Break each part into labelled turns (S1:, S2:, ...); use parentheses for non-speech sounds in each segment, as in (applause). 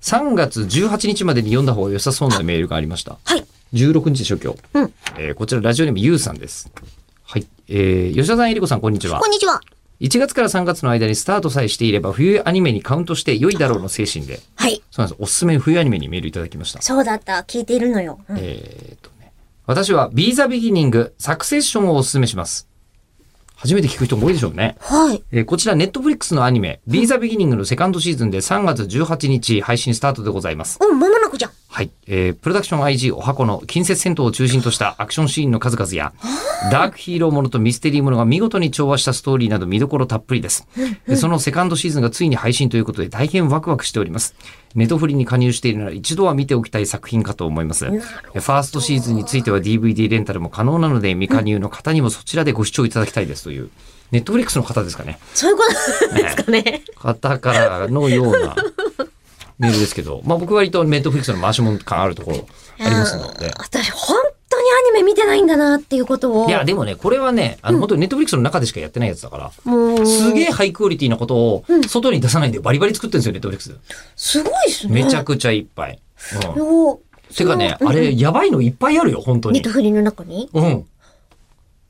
S1: 3月18日までに読んだ方が良さそうなメールがありました。
S2: はい。
S1: 16日でしょ、今日。
S2: うん
S1: えーこちらラジオネームゆうさんです。はい。えー、吉田さん、えりこさん、こんにちは
S2: こ。んにちは。
S1: 1月から3月の間にスタートさえしていれば、冬アニメにカウントして良いだろうの精神で、
S2: はい。
S1: そうなんです。おすすめの冬アニメにメールいただきました。
S2: そうだった。聞いているのよ。うん
S1: えーっとね。私は、ビーザビギニング、サクセッションをおすすめします。初めて聞く人も多いでしょうね。
S2: はい。
S1: えーこちら、ネットフリックスのアニメ、ビーザビギニングのセカンドシーズンで3月18日配信スタートでございます。
S2: うん、まもなくじゃん。
S1: はい。えープロダクション IG お箱の近接戦闘を中心としたアクションシーンの数々 (laughs) や、ダークヒーローものとミステリーものが見事に調和したストーリーなど見どころたっぷり (laughs) です。でそのセカンドシーズンがついに配信ということで大変ワクワクしております。ネトフリに加入しているなら一度は見ておきたい作品かと思います。えファーストシーズンについては DVD レンタルも可能なので未加入の方にもそちらでご視聴いただきたいですという、ネットフリックスの方ですか (laughs) ね。
S2: そういうことですかね。
S1: 方からのようなメールですけど、まあ僕割とネットフリックスの回し物感あるところありますので。
S2: (laughs) 私、本当にアニメ見てないんだなっていうことを。
S1: いや、でもね、これはね、あの、本当にネットフリックスの中でしかやってないやつだから、
S2: もう、
S1: すげえハイクオリティなことを
S2: うん
S1: 外に出さないでバリバリ作ってるんですよ、ネットフリックス。
S2: すごいっすね。
S1: めちゃくちゃいっぱい。うん。
S2: よ
S1: てかね、
S2: うん
S1: あれ、やばいのいっぱいあるよ、本当
S2: ネ
S1: に
S2: ット。フリの中に
S1: うん。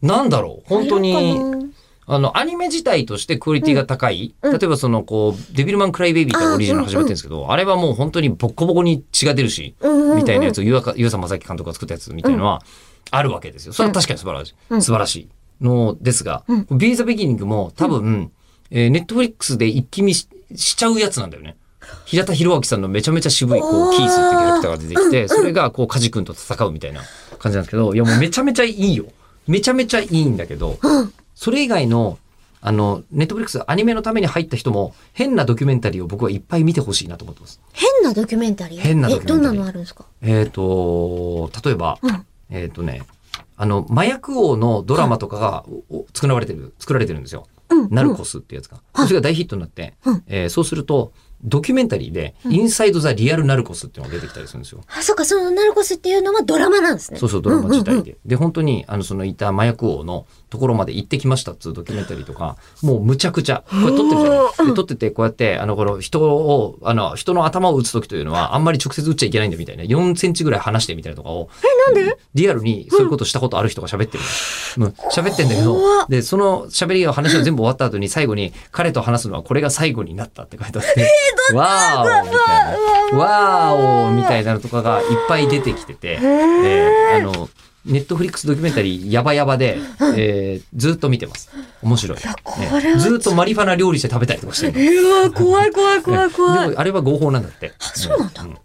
S1: なんだろう、本当
S2: あるの
S1: に
S2: か、な
S1: あの、アニメ自体としてクオリティが高い。
S2: うんうん
S1: 例えばその、こう、デビルマン・クライ・ベイビーってオリジナル始まってるんですけど、あれはもう本当にボッコボコに血が出るし、
S2: うんうんうん
S1: みたいなやつを湯浅湯浅正樹監督が作ったやつみたいなのはあるわけですよ。それは確かに素晴らしい。
S2: うん
S1: 素晴らしいのですが、
S2: うん
S1: ビーザ・ビギニングも多分、えーネットフリックスで一気見ししちゃうやつなんだよね。平田博明さんのめちゃめちゃ渋いこ
S2: お
S1: う
S2: ー
S1: キースってキャラクターが出てきて、それがこう梶君と戦うみたいな感じなんですけど、いやもうめちゃめちゃいいよ。めちゃめちゃいいんだけど、それ以外の、あの、ネットフリックスアニメのために入った人も変なドキュメンタリーを僕はいっぱい見てほしいなと思ってます。
S2: 変なドキュメンタリー
S1: 変なドキュメンタリー
S2: え、どんなのあるんですか
S1: えっ、と、例えば、
S2: うん
S1: えっ、とね、あの、麻薬王のドラマとかが、おお作られてる、作られてるんですよ。
S2: うん
S1: ナルコスってやつが。
S2: はい
S1: それが大ヒットになって、
S2: うん
S1: えーそうすると、ドキュメンタリーで、インサイド・ザ・リアル・ナルコスっていうのが出てきたりするんですよ。
S2: あ、そっか、そのナルコスっていうのはドラマなんですね。
S1: そうそう、ドラマ自体で。
S2: うんうんうん
S1: で、本当に、あの、そのいた麻薬王のところまで行ってきましたっつうドキュメンタリーとか、もうむちゃくちゃ、これ撮ってるじゃないで撮ってて、こうやって、あの、この人を、あの、人の頭を打つときというのは、あんまり直接打っちゃいけないんだみたいな、4センチぐらい離してみたいなとかを、え、なんでリアルにそういうことしたことある人が喋ってるの。うん、喋ってんだけど
S2: 怖っ、
S1: で、その喋りや話が全部終わった後に、最後に、彼と話すのはこれが最後になったって書いてあって、わーおみたいな。わーおみたいなのとかがいっぱい出てきてて、であの、ネットフリックスドキュメンタリーやばやばで、えーずっと見てます。面白い。
S2: これは
S1: ねずっとマリファナ料理して食べたりとかしてるの。
S2: うわ、怖い怖い怖い怖い。
S1: でもあれは合法なんだって。
S2: そうなんだ
S1: ん